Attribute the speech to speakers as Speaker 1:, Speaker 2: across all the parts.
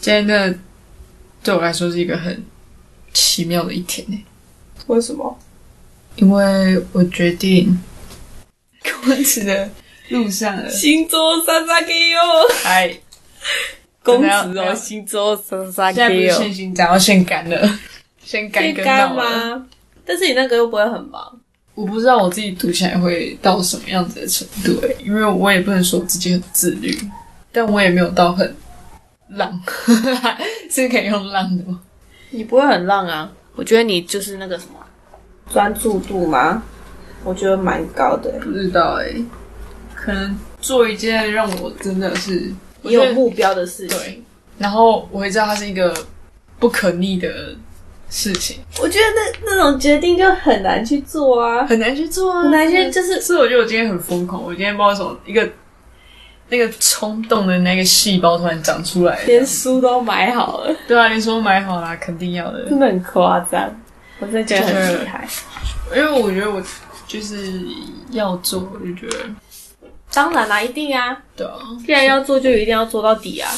Speaker 1: 今天真的对我来说是一个很奇妙的一天呢，
Speaker 2: 为什么？。
Speaker 1: 因为我决定 关职的路上了
Speaker 2: 星座三三给哟，
Speaker 1: 哎，
Speaker 2: 公
Speaker 1: 真
Speaker 2: 子
Speaker 1: 的要
Speaker 2: 哦，星座三哦三
Speaker 1: 现在不
Speaker 2: 给
Speaker 1: 是
Speaker 2: 哟，
Speaker 1: 现行长要现干 了，先干
Speaker 2: 可
Speaker 1: 跟
Speaker 2: 以
Speaker 1: 到
Speaker 2: 干
Speaker 1: 了。
Speaker 2: 吗？但是你那个又不会很忙，
Speaker 1: 我不知道我自己读起来会到什么样子的程度欸，因为我也不能说自己很自律，但我也没有到很浪， 是可以用浪的吗？
Speaker 2: 你不会很浪啊。我觉得你就是那个什么专注度吗？我觉得蛮高的、
Speaker 1: 不知道哎、可能做一件让我真的是
Speaker 2: 你有目标的事情。
Speaker 1: 对，然后我会知道它是一个不可逆的事情，
Speaker 2: 我觉得那那种决定就很难去做啊，
Speaker 1: 很难去做啊。
Speaker 2: 很难去
Speaker 1: 这
Speaker 2: 就是
Speaker 1: 所以我觉得我今天很疯狂，我今天不知道为什么一个那个冲动的那个细胞突然长出来了。
Speaker 2: 连书都买好了，
Speaker 1: 对啊，你说买好啦，肯定要的，
Speaker 2: 真的很夸张。我真的觉得
Speaker 1: 就是
Speaker 2: 很厉害。
Speaker 1: 因为我觉得我就是要做，我就觉得
Speaker 2: 当然啦、一定啊，
Speaker 1: 对啊，
Speaker 2: 既然要做，就一定要做到底啊，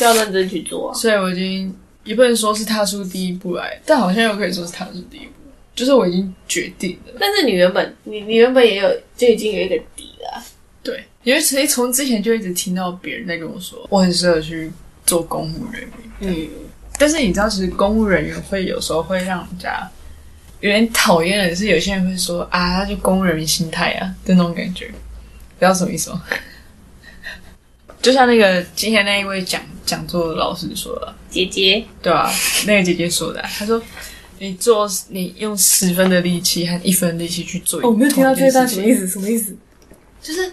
Speaker 2: 要认真去做、啊。
Speaker 1: 所以我已经也不能说是踏出第一步来，但好像又可以说是踏出第一步，就是我已经决定了。
Speaker 2: 但是你原本你你原本也有就已经有一个底了啊、
Speaker 1: 对，因为其实从之前就一直听到别人在跟我说，我很适合去做公务人员。
Speaker 2: 嗯，
Speaker 1: 但是你知道，其实公务人员会有时候会让人家有点讨厌的是，有些人会说啊，他就公务人员心态啊的那种感觉，你知道什么意思吗？就像那个今天那一位讲讲座的老师说的，
Speaker 2: 姐姐，
Speaker 1: 对 啊，那个姐姐说的啊，她说你做你用十分的力气和一分的力气去做，
Speaker 2: 哦我没有听到这一段
Speaker 1: 事情
Speaker 2: 什么意思？什么意思？
Speaker 1: 就是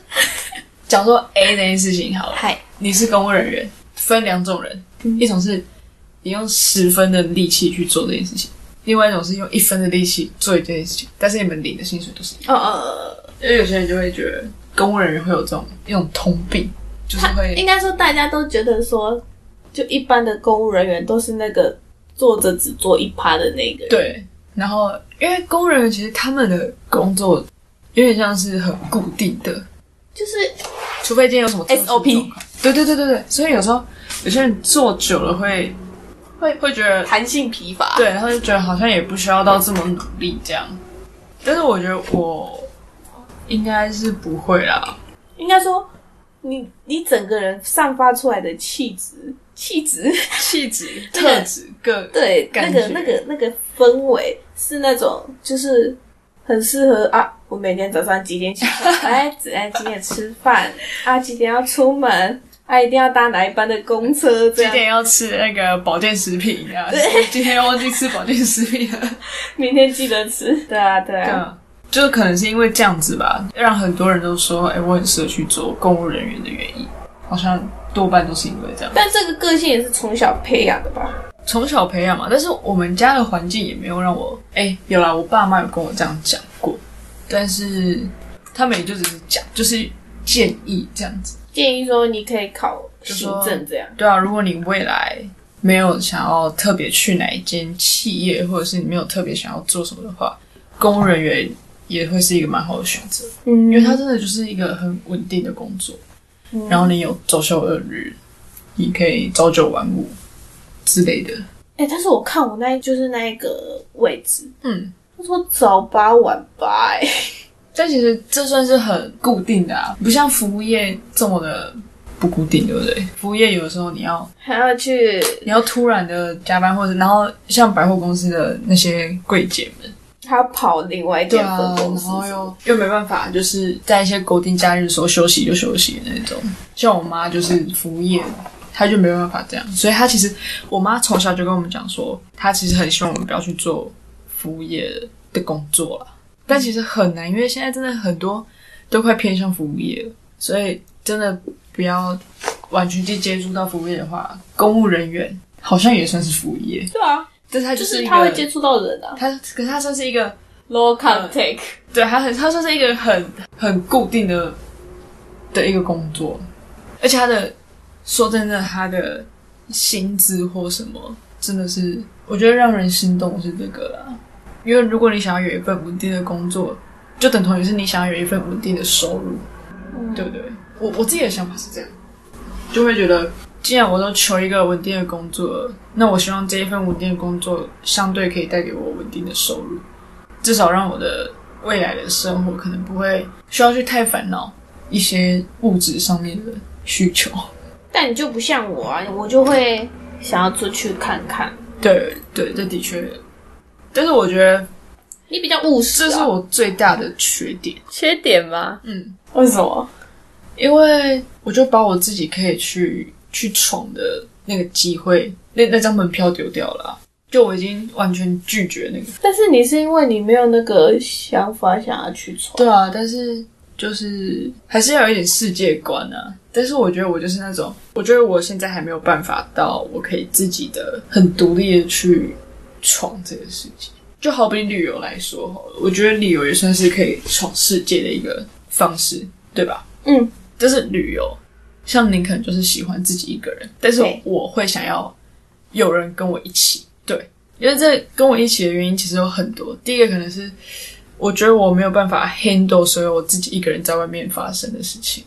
Speaker 1: 讲说 A 这件事情好了，
Speaker 2: 嗨，
Speaker 1: 你是公务人员，分两种人，一种是你用十分的力气去做这件事情，另外一种是用一分的力气做这件事情，但是你们领的薪水都是一样。
Speaker 2: 哦哦，
Speaker 1: 因为有些人就会觉得公务人员会有这种一种通病，就是
Speaker 2: 他
Speaker 1: 会
Speaker 2: 应该说大家都觉得说，就一般的公务人员都是那个坐着只做一趴的那个人。
Speaker 1: 对，然后因为公务人员其实他们的工作有点像是很固定的，
Speaker 2: 就是
Speaker 1: 除非今天有什么特殊
Speaker 2: SOP
Speaker 1: 状况对对对对对，所以有时候有些人做久了会会会觉得
Speaker 2: 弹性疲 乏。
Speaker 1: 对，然后就觉得好像也不需要到这么努力这样。但是我觉得我应该是不会啦，
Speaker 2: 应该说你你整个人散发出来的气质，气质，
Speaker 1: 气质、
Speaker 2: 那个
Speaker 1: 特质各
Speaker 2: 对，那
Speaker 1: 感
Speaker 2: 个
Speaker 1: 觉
Speaker 2: 那个那个氛围是那种就是很适合啊。我每天早上几点起床？哎，几哎几点吃饭？啊，几点要出门？啊，一定要搭哪一班的公车？这
Speaker 1: 几
Speaker 2: 样，
Speaker 1: 点要吃那个保健食品啊？今天忘记吃保健食品了。
Speaker 2: 明天记得吃。对啊，对
Speaker 1: 对
Speaker 2: 啊，
Speaker 1: 啊，就是可能是因为这样子吧，让很多人都说，哎、我很适合去做公务人员的原因，好像多半都是因为这样。
Speaker 2: 但这个个性也是从小培养的吧？
Speaker 1: 从小培养嘛，但是我们家的环境也没有让我，哎、有啦，我爸妈有跟我这样讲过，但是他们也就只是讲，就是建议这样子。
Speaker 2: 建议说你可以考
Speaker 1: 就
Speaker 2: 行
Speaker 1: 说
Speaker 2: 政这样。
Speaker 1: 对啊，如果你未来没有想要特别去哪一间企业，或者是你没有特别想要做什么的话，公务人员也会是一个蛮好的选择，
Speaker 2: 嗯，
Speaker 1: 因为它真的就是一个很稳定的工作，
Speaker 2: 嗯
Speaker 1: 然后你有周休二日，你可以朝九晚五之类的。
Speaker 2: 哎、但是我看我那一就是那一个位置，
Speaker 1: 嗯，
Speaker 2: 他说早八晚八、哎，
Speaker 1: 但其实这算是很固定的啊，不像服务业这么的不固定，对不对？服务业有的时候你要
Speaker 2: 还要去
Speaker 1: 你要突然的加班，或者然后像百货公司的那些柜姐们，
Speaker 2: 他跑另外一间分公
Speaker 1: 啊然
Speaker 2: 司，
Speaker 1: 后又又没办法，就是在一些国定假日的时候休息就休息的那种。像我妈就是服务业，她就没办法这样，所以她其实我妈从小就跟我们讲说，她其实很希望我们不要去做服务业的工作啦。但其实很难，因为现在真的很多都快偏向服务业了，所以真的不要完全去接触到服务业的话，公务人员好像也算是服务业，
Speaker 2: 对啊，
Speaker 1: 但是他
Speaker 2: 就
Speaker 1: 就是是一
Speaker 2: 他会接
Speaker 1: 个。
Speaker 2: 触到人啊
Speaker 1: 他可是他算是一个
Speaker 2: ，low contact，、
Speaker 1: 对，它很，它算是一个很很固定的的一个工作，而且它的说真的，它的薪资或什么，真的是我觉得让人心动是这个啦。因为如果你想要有一份稳定的工作，就等同于是你想要有一份
Speaker 2: 嗯
Speaker 1: 稳定的收入，对不对？我我自己的想法是这样，就会觉得既然我都求一个稳定的工作了，那我希望这一份稳定的工作相对可以带给我稳定的收入，至少让我的未来的生活可能不会需要去太烦恼一些物质上面的需求。
Speaker 2: 但你就不像我啊，我就会想要出去看看。
Speaker 1: 对对，这的确，但是我觉得
Speaker 2: 你比较务实、
Speaker 1: 这是
Speaker 2: 啊，
Speaker 1: 我最大的缺点。
Speaker 3: 缺点吗？
Speaker 1: 嗯，
Speaker 2: 为什么？
Speaker 1: 因为我就把我自己可以去去闯的那个机会，那那张门票丢掉了啊、就我已经完全拒绝那个。
Speaker 2: 但是你是因为你没有那个想法想要去闯，
Speaker 1: 对啊，但是就是还是要有一点世界观啊。但是我觉得我就是那种，我觉得我现在还没有办法到我可以自己的很独立的去闯这个事情。就好比旅游来说好了，我觉得旅游也算是可以闯世界的一个方式，对吧？
Speaker 2: 嗯，
Speaker 1: 但是旅游，像您可能就是喜欢自己一个人，但是
Speaker 2: 对
Speaker 1: 我会想要有人跟我一起，对，因为这跟我一起的原因其实有很多。第一个可能是我觉得我没有办法 handle 所有我自己一个人在外面发生的事情，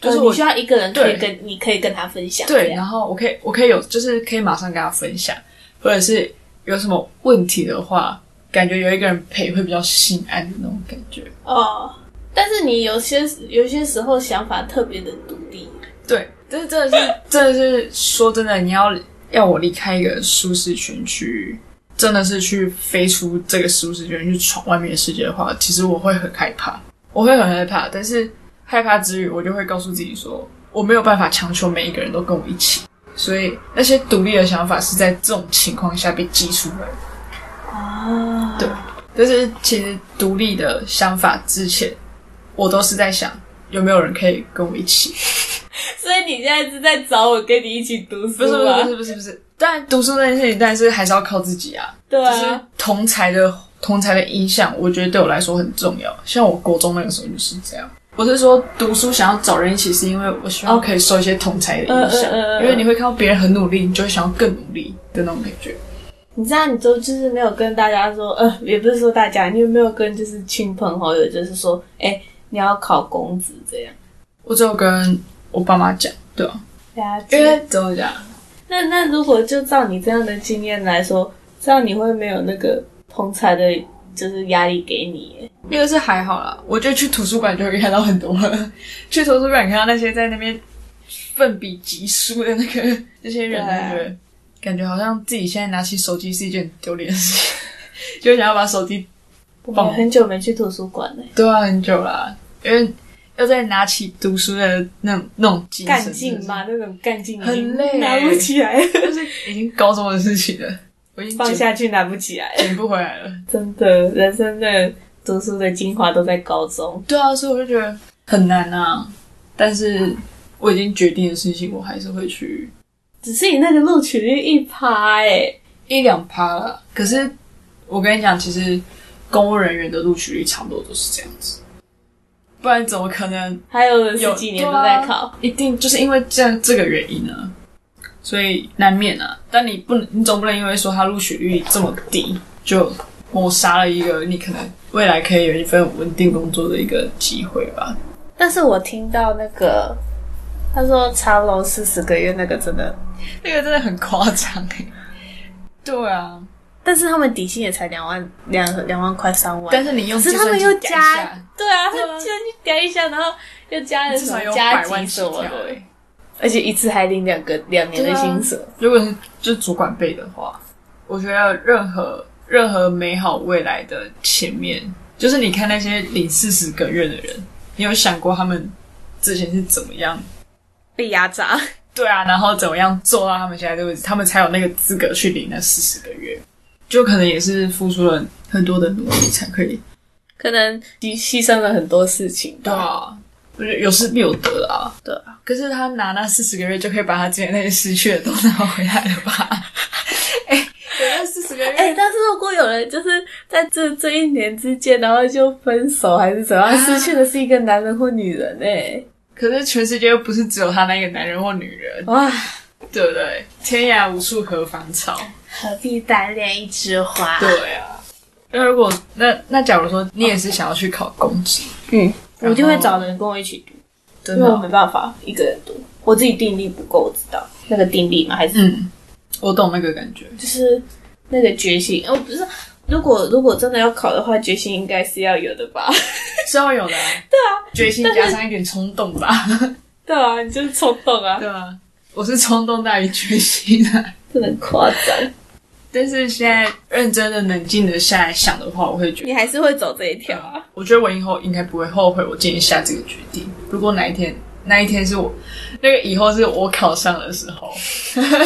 Speaker 1: 就是
Speaker 2: 呃
Speaker 1: 我
Speaker 2: 你需要一个人可
Speaker 1: 对
Speaker 2: 以跟你可以跟他分享，
Speaker 1: 对，
Speaker 2: 这样
Speaker 1: 然后我可以我可以有就是可以马上跟他分享，或者是有什么问题的话，感觉有一个人陪会比较心安的那种感觉。
Speaker 2: 哦。但是你有些有些时候想法特别的独立，
Speaker 1: 对，但是真的是真的是说真的，你要要我离开一个舒适圈去，真的是去飞出这个舒适圈去闯外面的世界的话，其实我会很害怕，我会很害怕。但是害怕之余，我就会告诉自己说，我没有办法强求每一个人都跟我一起。所以那些独立的想法是在这种情况下被激出来的。
Speaker 2: 啊，
Speaker 1: 对但是其实独立的想法之前，我都是在想有没有人可以跟我一起。
Speaker 2: 所以你现在是在找我跟你一起读
Speaker 1: 不是
Speaker 2: 书
Speaker 1: 不是不
Speaker 2: 吗？
Speaker 1: 是不是不是，当然读书那件事情，但是还是要靠自己啊。
Speaker 2: 对
Speaker 1: 就是
Speaker 2: 啊，
Speaker 1: 同才的同才的影响，我觉得对我来说很重要。像我国中那个时候就是这样。我是说，读书想要找人一起，是因为我希望可以受一些同才的影响，
Speaker 2: 哦嗯嗯嗯嗯
Speaker 1: 因为你会看到别人很努力，你就会想要更努力的那种感觉。
Speaker 2: 你知道你都就是没有跟大家说，呃， 也不是说大家，你有没有跟就是亲朋好友，就是说，哎、你要考公职这样？
Speaker 1: 我只有跟我爸妈讲，对啊，
Speaker 2: 了
Speaker 1: 因为怎么讲，
Speaker 2: 那那如果就照你这样的经验来说，这样你会没有那个同才的，就是压力给你耶？
Speaker 1: 那个是还好啦，我觉得去图书馆就会看到很多 了。去图书馆看到那些在那边奋笔疾书的那个那些人，
Speaker 2: 对啊
Speaker 1: 感觉感觉好像自己现在拿起手机是一件很丢脸的事情， 就想要把手机
Speaker 2: 我
Speaker 1: 棒
Speaker 2: 们很久没去图书馆了，
Speaker 1: 对啊很久啦，因为要再拿起读书的那种那种精神
Speaker 2: 干劲嘛， 那种干劲已经
Speaker 1: 很累
Speaker 2: 拿不起来，
Speaker 1: 就是已经高中的事情了，我已经
Speaker 2: 放
Speaker 1: 捡
Speaker 2: 下去拿不起来，
Speaker 1: 捡不回来了。
Speaker 2: 真的，人生的读书的精华都在高中。
Speaker 1: 对啊，所以我就觉得很难啊，但是我已经决定的事情，我还是会去
Speaker 2: 只是你那个录取率一趴哎，
Speaker 1: 一两趴了。可是我跟你讲，其实公务人员的录取率差不多都是这样子，不然怎么可能
Speaker 2: 还有十
Speaker 1: 有
Speaker 2: 几年都在考，？
Speaker 1: 对啊一定就是因为这样这个原因呢，所以难免啊。但你不能，你总不能因为说他录取率这么低，就抹杀了一个你可能未来可以有一份稳定工作的一个机会吧。
Speaker 2: 但是我听到那个他说长隆四十个月那个真的，
Speaker 1: 那个真的很夸张哎。对啊，
Speaker 2: 但是他们底薪也才两万两两万块三万。
Speaker 1: 但是你用
Speaker 2: 可是
Speaker 1: 计
Speaker 2: 他
Speaker 1: 算
Speaker 2: 们
Speaker 1: 机
Speaker 2: 又
Speaker 1: 改一下
Speaker 2: 加，对啊，他
Speaker 1: 对啊
Speaker 2: 就去点一下，然后又加了
Speaker 1: 至
Speaker 2: 什
Speaker 1: 少
Speaker 2: 么
Speaker 1: 有
Speaker 2: 加
Speaker 1: 百
Speaker 2: 急
Speaker 1: 万起
Speaker 2: 什么
Speaker 1: 跳
Speaker 2: 的，
Speaker 1: 欸
Speaker 2: 而且一次还领两个两年的薪水。
Speaker 1: 如果是就是主管辈的话，我觉得任何任何美好未来的前面，就是你看那些领四十个月的人，你有想过他们之前是怎么样？
Speaker 3: 被压榨，
Speaker 1: 对啊，然后怎么样做到他们现在这个位置，他们才有那个资格去领那四十个月，就可能也是付出了很多的努力才可以。
Speaker 3: 可能
Speaker 2: 牺牺牲了很多事情
Speaker 1: 对
Speaker 2: 吧，
Speaker 1: 啊，我觉得有失必有得啊。
Speaker 3: 对
Speaker 1: 啊，可是他拿那四十个月就可以把他之前那些失去的都拿回来了吧？ 哎、有那四十个月
Speaker 2: 哎、但是如果有人就是在这这一年之间，然后就分手还是怎么样，失去的是一个男人或女人哎、
Speaker 1: 可是全世界又不是只有他那个男人或女人，
Speaker 2: 哇，
Speaker 1: 对不对？天涯无处何芳草。
Speaker 2: 何必单恋一枝花？
Speaker 1: 对啊。那如果那那假如说你也是想要去考公职，
Speaker 2: 嗯，
Speaker 1: 然后
Speaker 2: 我就会找人跟我一起读，
Speaker 1: 真
Speaker 2: 因为我没
Speaker 1: 的
Speaker 2: 办法一个人读，我自己定力不够，我知道那个定力嘛，还是
Speaker 1: 嗯，我懂那个感觉。
Speaker 2: 就是那个决心。哦，不是，如果如果真的要考的话，决心应该是要有的吧？
Speaker 1: 是要有的、对啊，决心加上一点冲动吧。
Speaker 2: 对啊，你就是冲动啊，
Speaker 1: 对啊，我是冲动大于决心啊。
Speaker 2: 不能夸张。
Speaker 1: 但是现在认真的、冷静的下来想的话，我会觉得，
Speaker 2: 你还是会走这一条啊？
Speaker 1: 我觉得我以后应该不会后悔我今天下这个决定。如果哪一天，那一天是我那个以后是我考上的时候，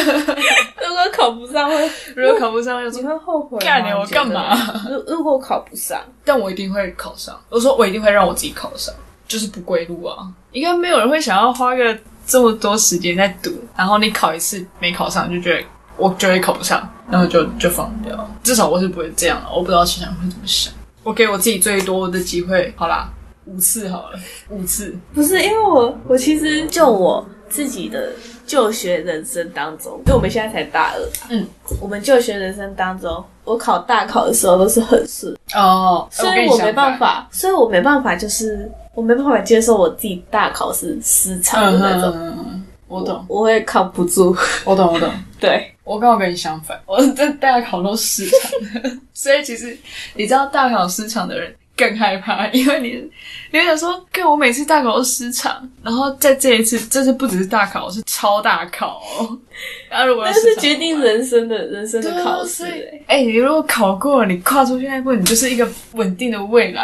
Speaker 2: 如果考不上会，
Speaker 1: 如果考不上，就
Speaker 3: 你
Speaker 1: 说
Speaker 3: 会后悔吗？
Speaker 1: 干你我
Speaker 3: 你觉得
Speaker 1: 干？嘛？
Speaker 2: 如如果考不上，
Speaker 1: 但我一定会考上。我说我一定会让我自己考上，就是不归路啊。应该没有人会想要花个这么多时间在读，然后你考一次没考上就觉得我就会考不上，然后就就放掉。至少我是不会这样的，我不知道其他人会怎么想。我给我自己最多的机会，好啦，五次好了，五次。
Speaker 2: 不是因为我，我其实就我自己的就学人生当中，因为我们现在才大二，啊
Speaker 1: 嗯，
Speaker 2: 我们就学人生当中，我考大考的时候都是很顺，
Speaker 1: 哦，
Speaker 2: 所以我没办，法，所以我没办法，就是我没办法接受我自己大考是失常的
Speaker 1: 嗯
Speaker 2: 那种，
Speaker 1: 嗯，我懂，
Speaker 2: 我会扛不住。
Speaker 1: 我懂，我懂。
Speaker 2: 对，
Speaker 1: 我刚好跟你相反， 我在大考都失常的， 所以其实你知道大考失常的人更害怕，因为你你会想说，看我每次大考都失常，然后在这一次，这次不只是大考，是超大考、哦， 然后如果
Speaker 2: 那
Speaker 1: 又
Speaker 2: 是
Speaker 1: 失常
Speaker 2: 决定人生的人生
Speaker 1: 对
Speaker 2: 的
Speaker 1: 啊
Speaker 2: 考试、
Speaker 1: 所以
Speaker 2: 欸。
Speaker 1: 哎、你如果考过了，你跨出去那一步，你就是一个稳定的未来、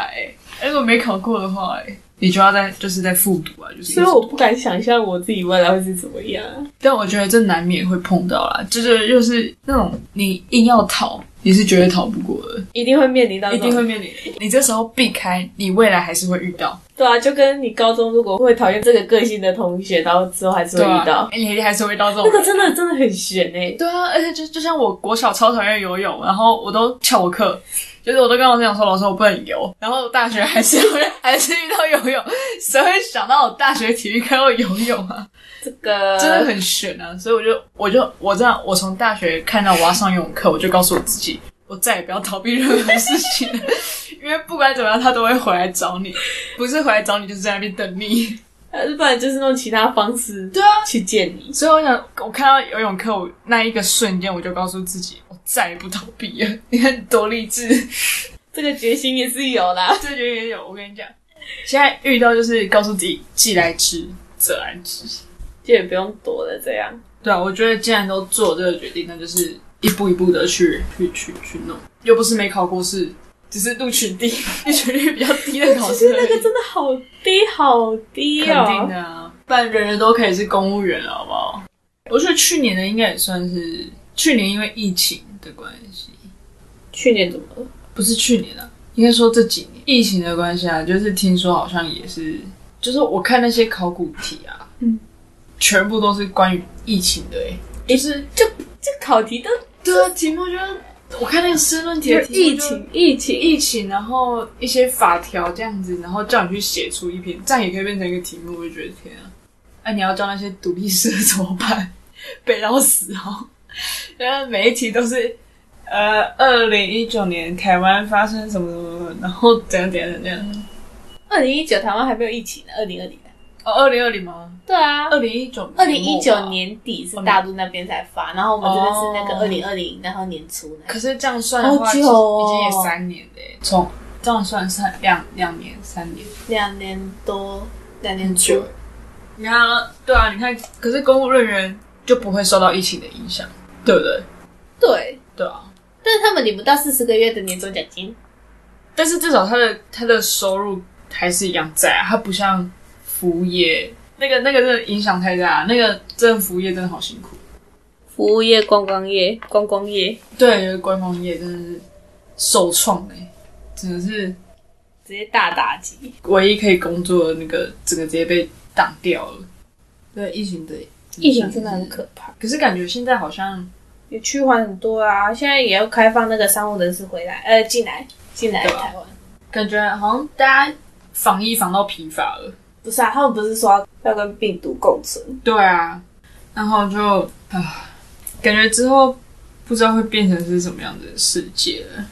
Speaker 1: 哎如果没考过的话、哎，你就要在就是在复读啊，就是一直
Speaker 2: 所以我不敢想象我自己未来会是怎么样。啊
Speaker 1: 但我觉得这难免会碰到啦，就是又是那种你硬要逃，你是绝对逃不过的。
Speaker 2: 一定会面临到，
Speaker 1: 一定会。面临。你这时候避开，你未来还是会遇到，
Speaker 2: 对啊，就跟你高中如果会讨厌这个个性的同学，然后之后还是会
Speaker 1: 对
Speaker 2: 遇到。
Speaker 1: 啊，你还是会遇到这
Speaker 2: 那
Speaker 1: 种。
Speaker 2: 个真的真的很悬哎、
Speaker 1: 对啊，而且就就像我国小超讨厌游泳，然后我都翘我课，就是我都跟老师讲说，老师我不能游。然后大学还是 会还是遇到游泳，谁会想到我大学体育课会游泳啊？
Speaker 2: 这个
Speaker 1: 真的很悬啊！所以我就我就我这样，我从大学看到我要上游泳课，我就告诉我自己，我再也不要逃避任何事情了， 因为不管怎么样，他都会回来找你，不是回来找你，就是在那边等你。
Speaker 2: 还呃是不然就是用其他方式
Speaker 1: 对啊，
Speaker 2: 去见你。
Speaker 1: 所以我想，我看到游泳课，我那一个瞬间，我就告诉自己，我再也不逃避了。 你看多励志，
Speaker 2: 这个决心也是有啦。
Speaker 1: 这觉也有。我跟你讲，现在遇到就是告诉自己，既来之，则安之。
Speaker 2: 就也不用躲了，这样
Speaker 1: 对啊，我觉得既然都做这个决定，那就是一步一步的去去去去弄，又不是没考过试，只是录取低，录取率比较低的考
Speaker 2: 其
Speaker 1: 试
Speaker 2: 实
Speaker 1: 而
Speaker 2: 那个
Speaker 1: 已。
Speaker 2: 真的好低好低
Speaker 1: 肯定
Speaker 2: 哦。
Speaker 1: 的啊，不然人人都可以是公务员了，好不好？我觉得去年的应该也算是，去年因为疫情的关系，
Speaker 2: 去年怎么了？
Speaker 1: 不是去年啊，应该说这几年疫情的关系啊，就是听说好像也是，就是我看那些考古题啊，
Speaker 2: 嗯，
Speaker 1: 全部都是关于疫情的、欸，就是
Speaker 2: 就这考题都
Speaker 1: 对啊，题目就是我看那个申论题
Speaker 2: 就
Speaker 1: 的
Speaker 2: 是
Speaker 1: 题目
Speaker 2: 疫
Speaker 1: 就
Speaker 2: 情，疫情，
Speaker 1: 疫情，然后一些法条这样子，然后叫你去写出一篇，这样也可以变成一个题目，我就觉得天啊！哎、你要教那些独立社怎么办？ 被老死哦！ 然后每一题都是呃，二零一九年台湾发生什么什么什么，然后怎样怎样怎样。
Speaker 2: 二零一九台湾还没有疫情呢，二零二零。
Speaker 1: 哦，二零二零吗？
Speaker 2: 对啊，
Speaker 1: 二零一九，
Speaker 2: 二零一九。年底是大陆那边才发，然后我们这边是那个
Speaker 1: 哦
Speaker 2: 二零二零，然后年初那个。
Speaker 1: 可是这样算的话，
Speaker 2: 好
Speaker 1: 其
Speaker 2: 久
Speaker 1: 实
Speaker 2: 哦
Speaker 1: 已经也三年了耶，从这样算三两两年三年。
Speaker 2: 两年多，两年
Speaker 1: 很
Speaker 2: 初
Speaker 1: 久。你看啊，对啊，你看，可是公务人员就不会受到疫情的影响，对不对？
Speaker 2: 对，
Speaker 1: 对啊，
Speaker 2: 但是他们领不到四十个月的年终奖金。
Speaker 1: 但是至少他的他的收入还是一样在啊，他不像服务业那个那个真的影响太大，啊那个真的服务业真的好辛苦。
Speaker 3: 服务业、观光业、观光业，
Speaker 1: 对，观光业真的是受创哎、真的是
Speaker 2: 直接大打击。
Speaker 1: 唯一可以工作的那个，整个直接被挡掉了。对，疫情的
Speaker 2: 疫情真的很，可怕，
Speaker 1: 可是感觉现在好像
Speaker 2: 也趋缓很多啊。现在也要开放那个商务人士回来，呃，进来，进来
Speaker 1: 对啊
Speaker 2: 台湾。
Speaker 1: 感觉好像大家防疫防到疲乏了。
Speaker 2: 不是啊，他们不是说要要跟病毒共存？
Speaker 1: 对啊，然后就啊，感觉之后不知道会变成是什么样的世界了。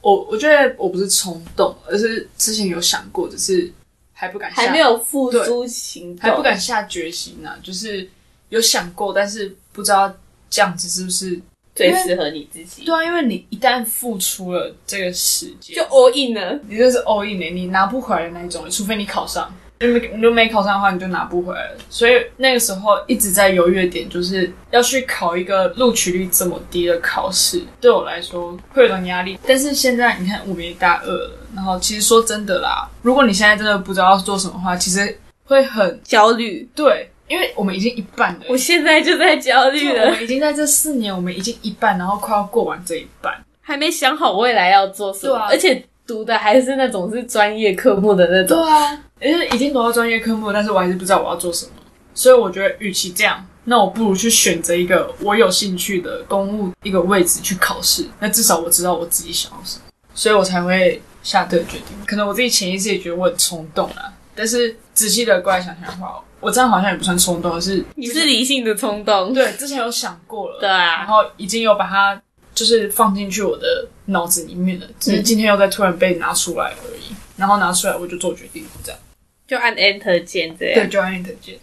Speaker 1: 我我觉得我不是冲动，而是之前有想过，只是啊还不敢下，
Speaker 2: 还没有付诸行动，
Speaker 1: 还不敢下决心呢、就是有想过，但是不知道这样子是不是
Speaker 4: 最适合你自己，
Speaker 1: 对啊？因为你一旦付出了这个时间，
Speaker 2: 就 all in 了。
Speaker 1: 你就是 all in 欸的，你拿不回来的那一种，除非你考上。你没你都没考上的话，你就拿不回来了。所以那个时候一直在犹豫的点，就是要去考一个录取率这么低的考试，对我来说会有种压力。但是现在你看，我们也大二了，然后其实说真的啦，如果你现在真的不知道要做什么的话，其实会很
Speaker 2: 焦虑，
Speaker 1: 对，因为我们已经一半了。
Speaker 2: 我现在就在焦虑
Speaker 1: 我
Speaker 2: 了，
Speaker 1: 们已经在这四年，我们已经一半，然后快要过完这一半。
Speaker 2: 还没想好未来要做什么，
Speaker 1: 对啊
Speaker 2: 而且读的还是那种是专业科目的那种，
Speaker 1: 啊，因为已经读到专业科目了，但是我还是不知道我要做什么。所以我觉得，与其这样，那我不如去选择一个我有兴趣的公务一个位置去考试。那至少我知道我自己想要什么，所以我才会下这个决定。可能我自己潜意识也觉得我很冲动啦，但是仔细的过来想想的话，我这样好像也不算冲动，而是
Speaker 2: 你
Speaker 4: 啊
Speaker 2: 是理性的冲动，
Speaker 1: 对之前有想过了，
Speaker 2: 对
Speaker 1: 然
Speaker 2: 啊，
Speaker 1: 后已经有把它就是放进去我的脑子里面了，只
Speaker 2: 嗯
Speaker 1: 是今天又在突然被拿出来而已。然后拿出来我就做决定，这样。
Speaker 2: 就按 Enter 键这
Speaker 1: 对，
Speaker 2: 样。
Speaker 1: 就按 enter 键。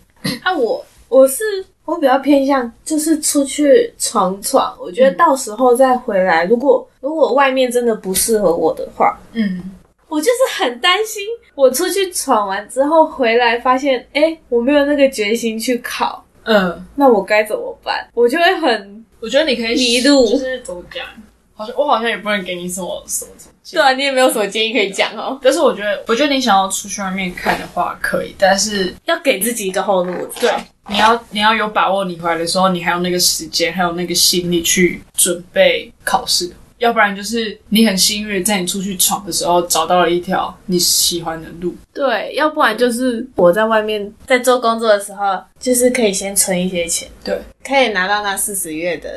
Speaker 4: 那、啊我我是我比较偏向就是出去闯闯，我觉得到时候再回来，如果如果外面真的不适合我的话，
Speaker 1: 嗯，
Speaker 4: 我就是很担心我出去闯完之后回来发现，哎、我没有那个决心去考，
Speaker 1: 嗯，
Speaker 4: 那我该怎么办？我就会很
Speaker 1: 我觉得你可以
Speaker 2: 迷路
Speaker 1: 就是怎么讲，好像我好像也不能给你什么什么什么建
Speaker 2: 对
Speaker 1: 议。
Speaker 2: 啊，你也没有什么建议可以讲哦，
Speaker 1: 但是我觉得，我觉得你想要出去外面看的话可以，但是
Speaker 2: 要给自己一个后路。我知
Speaker 1: 对
Speaker 2: 道，
Speaker 1: 你要你要有把握，你回来的时候，你还有那个时间，还有那个心力去准备考试。要不然就是你很幸运，在你出去闯的时候找到了一条你喜欢的路，
Speaker 2: 对，要不然就是我在外面在做工作的时候，就是可以先存一些钱，
Speaker 1: 对，
Speaker 2: 可以拿到那四十月 的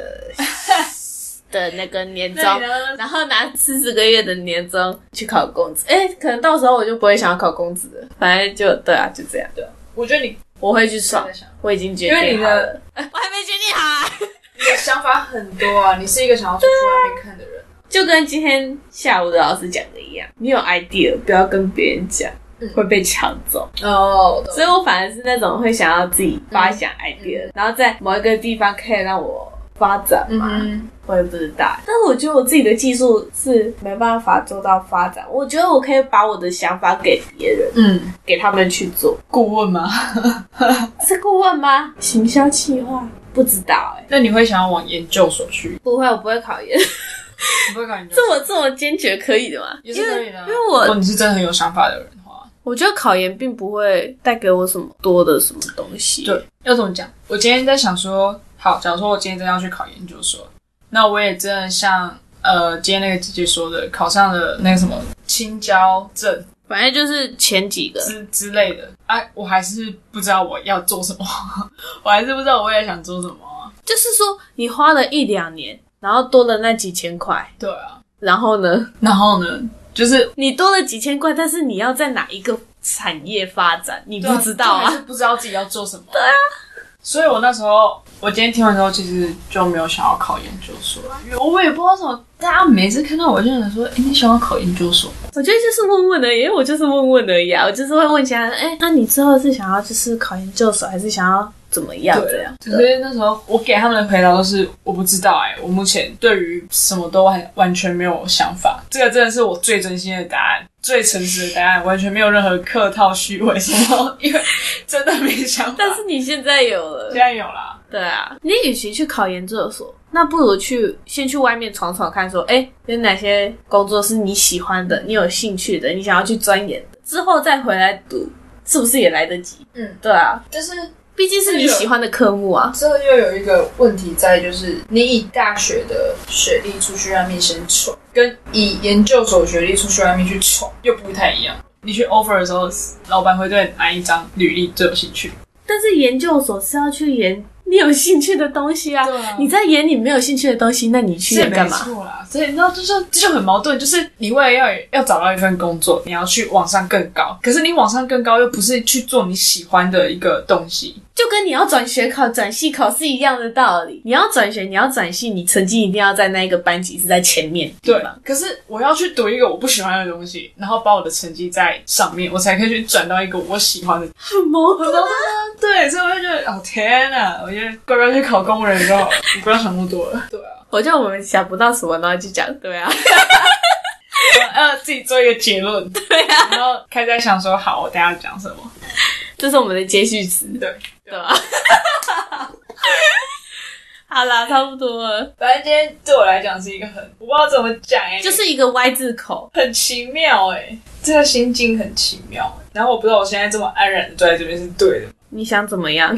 Speaker 2: 的那个年终，然后拿四十个月的年终去考公职。哎，可能到时候我就不会想要考公职了，反正就对啊，就这样，
Speaker 1: 我觉得你
Speaker 2: 我会去爽
Speaker 1: 在想，
Speaker 2: 我已经决
Speaker 1: 因为
Speaker 2: 定
Speaker 1: 你
Speaker 2: 好了，
Speaker 1: 的
Speaker 2: 我还没决定好啊。
Speaker 1: 你的想法很多啊，你是一个想要出去外面看的人。
Speaker 2: 就跟今天下午的老师讲的一样，你有 idea 不要跟别人讲，会被抢走。
Speaker 1: 哦，
Speaker 2: 所以我反而是那种会想要自己发想 idea，、然后在某一个地方可以让我发展
Speaker 1: 嗯
Speaker 2: 嘛，
Speaker 1: 哼，
Speaker 2: 我也不知道。但是我觉得我自己的技术是没办法做到发展，我觉得我可以把我的想法给别人，
Speaker 1: 嗯，
Speaker 2: 给他们去做。
Speaker 1: 顾问吗？
Speaker 2: 是顾问吗？行销企划？不知道哎、
Speaker 1: 那你会想要往研究所去？
Speaker 2: 不会，我不会考研，
Speaker 1: 你不会搞研究
Speaker 2: 这么这么坚决可以的吗？
Speaker 1: 也是可以的啊、
Speaker 2: 因为因为我
Speaker 1: 如果你是真的很有想法的人的话，
Speaker 2: 我觉得考研并不会带给我什么多的什么东西。
Speaker 1: 对，要怎么讲？我今天在想说，好，假如说我今天真的要去考研究所，那我也真的像呃，今天那个姐姐说的，考上了那个什么青椒证
Speaker 2: 反正就是前几个
Speaker 1: 之之类的，啊，我还是不知道我要做什么， 我还是不知道我也想做什么啊、
Speaker 2: 就是说你花了一两年，然后多了那几千块，
Speaker 1: 对啊，
Speaker 2: 然后呢，
Speaker 1: 然后呢，就是
Speaker 2: 你多了几千块，但是你要在哪一个产业发展，你不知道
Speaker 1: 对就还
Speaker 2: 啊。
Speaker 1: 是不知道自己要做什么。对啊，所以我那时候，我今天听完之后，其实就没有想要考研究所了，因为我也不知道为什么，大家每次看到我就想说，哎、你想要考研究所？
Speaker 2: 我觉得就是问问而已，因啊为我就是问问而已啊，我就是会问其他人，哎、那你之后是想要就是考研究所，还是想要怎么样这样？
Speaker 1: 可是那时候我给他们的回答都是我不知道、哎，我目前对于什么都完完全没有想法。这个真的是我最真心的答案，最诚实的答案，完全没有任何客套、虚伪什么，因为真的没想法。
Speaker 2: 但是你现在有了
Speaker 1: 现，在有啦，
Speaker 2: 对啊，你与其去考研究所，那不如去先去外面闯闯看，说，哎、有哪些工作是你喜欢的，你有兴趣的，你想要去钻研的，之后再回来读，是不是也来得及？
Speaker 1: 嗯，
Speaker 2: 对啊，
Speaker 1: 但是
Speaker 2: 毕竟是你喜欢的科目啊。
Speaker 1: 这又有一个问题在，就是你以大学的学历出去外面先闯，跟以研究所学历出去外面去闯又不太一样。你去 offer 的时候，老板会对哪一张履历最有兴趣？
Speaker 2: 但是研究所是要去研你有兴趣的东西啊。
Speaker 1: 对啊
Speaker 2: 你在研你没有兴趣的东西，那你去
Speaker 1: 是
Speaker 2: 研
Speaker 1: 没
Speaker 2: 干嘛？
Speaker 1: 错啦，所以你知道，就是这就很矛盾，就是你为了要要找到一份工作，你要去往上更高，可是你往上更高又不是去做你喜欢的一个东西，
Speaker 2: 就跟你要转学考、转系考是一样的道理。你要转学，你要转系，你成绩一定要在那一个班级是在前面，
Speaker 1: 对
Speaker 2: 吧？，
Speaker 1: 可是我要去读一个我不喜欢的东西，然后把我的成绩在上面，我才可以去转到一个我喜欢的。
Speaker 2: 很矛盾啊。
Speaker 1: 对，所以我就觉得，哦天哪！我觉得乖乖去考公务员 就好了，你不要想那么多了。对啊，
Speaker 2: 我觉得我们想不到什么，然后就讲对啊，
Speaker 1: 呃，自己做一个结论。 对啊，然后开始在想说，好，我等一下讲什么？
Speaker 2: 这是我们的接续词，
Speaker 1: 对，
Speaker 2: 对啊吧？ 好啦，差不多了，
Speaker 1: 反正今天对我来讲是一个很，我不知道怎么讲哎、
Speaker 2: 就是一个 Y 字口，
Speaker 1: 很奇妙哎、这个心境很奇妙、然后我不知道我现在这么安然的坐在这边是对的。
Speaker 2: 你想怎么 样？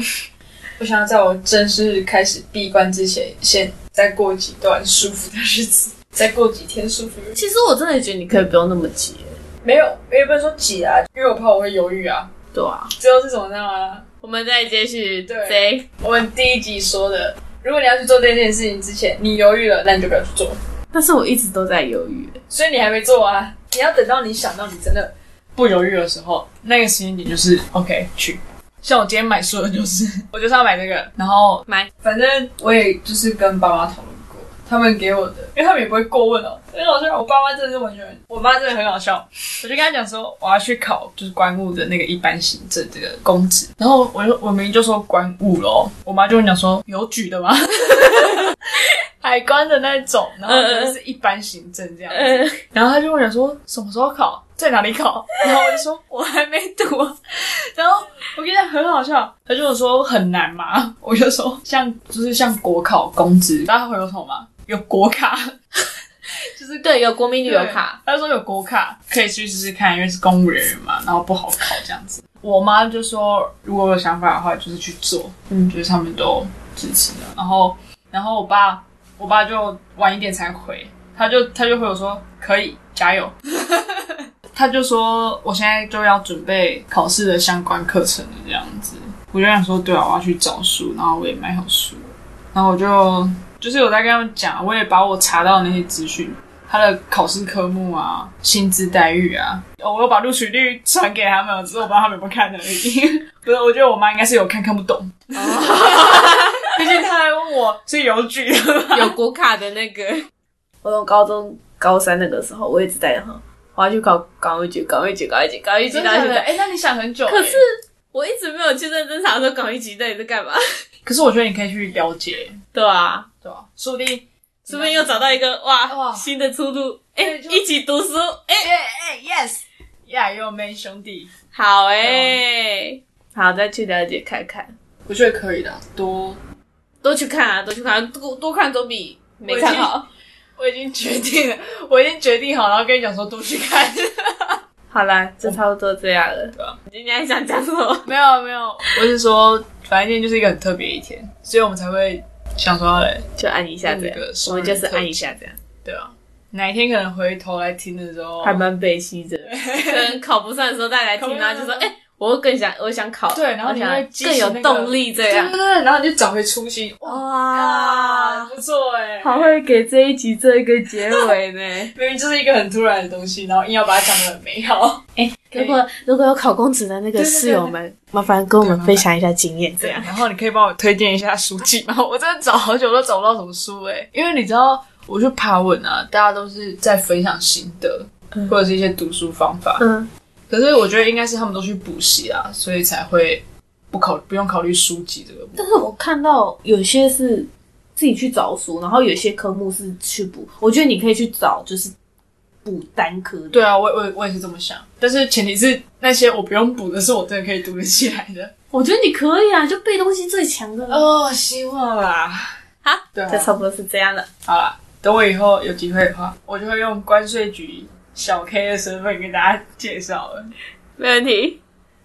Speaker 1: 我想要在我正式开始闭关之前，先再过几段舒服的日子，再过几天舒服的日子。
Speaker 2: 其实我真的觉得你可以不用那么急，
Speaker 1: 没有，也不能说挤啊，因为我怕我会犹豫啊。
Speaker 2: 对啊。
Speaker 1: 最后是怎么样啊？
Speaker 2: 我们再接续
Speaker 1: 对
Speaker 2: 谁？
Speaker 1: 我们第一集说的，如果你要去做这件事情之前，你犹豫了，那你就不要去做。
Speaker 2: 但是我一直都在犹豫，
Speaker 1: 所以你还没做啊，你要等到你想到你真的不犹豫的时候，那个时间点就是 OK 去。像我今天买书的就是， 我就是要买这个，然后
Speaker 2: 买，
Speaker 1: 反正我也就是跟爸妈讨论过，他们给我的，因为他们也不会过问哦。很好笑，我爸妈真的是完全，我妈真的很好笑。我就跟他讲说，我要去考就是官务的那个一般行政这个公职，然后我就我明明就说官务咯，我妈就跟我讲说有举的吗？ 海关的那种，然后就是一般行政这样子。
Speaker 2: 嗯，
Speaker 1: 然后他就问我说什么时候考，在哪里考？然后我就说我还没读啊。然后我跟你讲很好笑，他就问我说很难吗？我就说像就是像国考公职，大家会有什么吗？有国卡，
Speaker 2: 就是对，有国民旅游卡，。
Speaker 1: 他就说有国卡可以去试试看，因为是公务人员嘛，然后不好考这样子。我妈就说如果有想法的话，就是去做，
Speaker 2: 嗯
Speaker 1: 就是他们都支持的。然后然后我爸我爸就晚一点才回，他就他就回我说可以加 油。他就说我现在就要准备考试的相关课程的这样子，我就想说对啊，我要去找书，然后我也买好书，然后我就就是有在跟他们讲，我也把我查到的那些资讯，他的考试科目啊、薪资待遇啊，哦我又把录取率传给他们，只是我不知道他们有没有看而已。 不是，我觉得我妈应该是有看看不懂， 毕竟她还问我是邮局的 吗。
Speaker 2: 有国卡的那个。我从高中高三那个时候，我一直在哈，我要去考港务局，港务局，港务局，港务局，
Speaker 1: 真
Speaker 2: 港务
Speaker 1: 的
Speaker 2: 局。
Speaker 1: 哎、那你想很久、
Speaker 2: 可是我一直没有去认真查说港务局到底在干嘛。
Speaker 1: 可是我觉得你可以去了解，
Speaker 2: 对啊，
Speaker 1: 对吧、说不定
Speaker 2: 说不定又找到一个哇
Speaker 1: 哇
Speaker 2: 新的出路，哎、
Speaker 1: 对就
Speaker 2: 一起读书，哎、
Speaker 1: 哎哎、yes yeah you man 兄弟，
Speaker 2: 好哎、
Speaker 1: 啊
Speaker 2: 好再去了解看看，
Speaker 1: 我觉得可以的，啊多
Speaker 2: 多去看啊，多去看，多多看总比没
Speaker 1: 我已
Speaker 2: 看
Speaker 1: 经
Speaker 2: 好。
Speaker 1: 我已经决定了，我已经决定好，然后跟你讲说多去看。
Speaker 2: 好啦，就差不多这样了。
Speaker 1: 对啊
Speaker 2: 你今天还想讲什么？
Speaker 1: 没有没有，我是说，反正今天就是一个很特别一天，所以我们才会想说要来，
Speaker 2: 就按一下这样
Speaker 1: 那个，
Speaker 2: 我
Speaker 1: 双
Speaker 2: 们
Speaker 1: 人
Speaker 2: 就是
Speaker 1: 特
Speaker 2: 按一下这样，
Speaker 1: 对啊，哪一天可能回头来听的时候，
Speaker 2: 还蛮悲戚的。
Speaker 1: 哦
Speaker 2: 可能考不上的时候再来听，
Speaker 1: 考不
Speaker 2: 然
Speaker 1: 上
Speaker 2: 后就说
Speaker 1: 的：“时
Speaker 2: 哎、我又更想，我想考。”
Speaker 1: 啊对然后
Speaker 2: 我
Speaker 1: 你
Speaker 2: 想
Speaker 1: 会激
Speaker 2: 更
Speaker 1: 起
Speaker 2: 有
Speaker 1: 那个
Speaker 2: 动力这
Speaker 1: 对啊
Speaker 2: 样
Speaker 1: 对。对，然后你就找回初心，哇，
Speaker 2: 哇，
Speaker 1: 不错哎、
Speaker 2: 好会给这一集做一个结尾呢。
Speaker 1: 明明就是一个很突然的东西，然后硬要把它讲得很美 好，可以
Speaker 2: 如果如果有考公职的那个
Speaker 1: 对对对
Speaker 2: 室友们，麻烦跟我们
Speaker 1: 对麻烦
Speaker 2: 分享一下经验，这样。
Speaker 1: 然后你可以帮我推荐一下书籍吗？ 我真的找好久都找不到什么书哎、因为你知道，我去爬文啊，大家都是在分享心得
Speaker 2: 嗯
Speaker 1: 或者是一些读书方法，
Speaker 2: 嗯，
Speaker 1: 可是我觉得应该是他们都去补习啊，所以才会不考不用考虑书籍这个部分。
Speaker 2: 但是我看到有些是自己去找书，然后有些科目是去补。我觉得你可以去找，就是补单科的。
Speaker 1: 对啊，我我我也是这么想，但是前提是那些我不用补的是我真的可以读得起来的。
Speaker 2: 我觉得你可以啊，就背东西最强的。
Speaker 1: 哦，希望啦。
Speaker 2: 好，
Speaker 1: 对啊
Speaker 2: 就差不多是这样了。
Speaker 1: 好啦，等我以后有机会的话，我就会用关税局小 K 的身份跟大家介绍了。
Speaker 2: 没问题。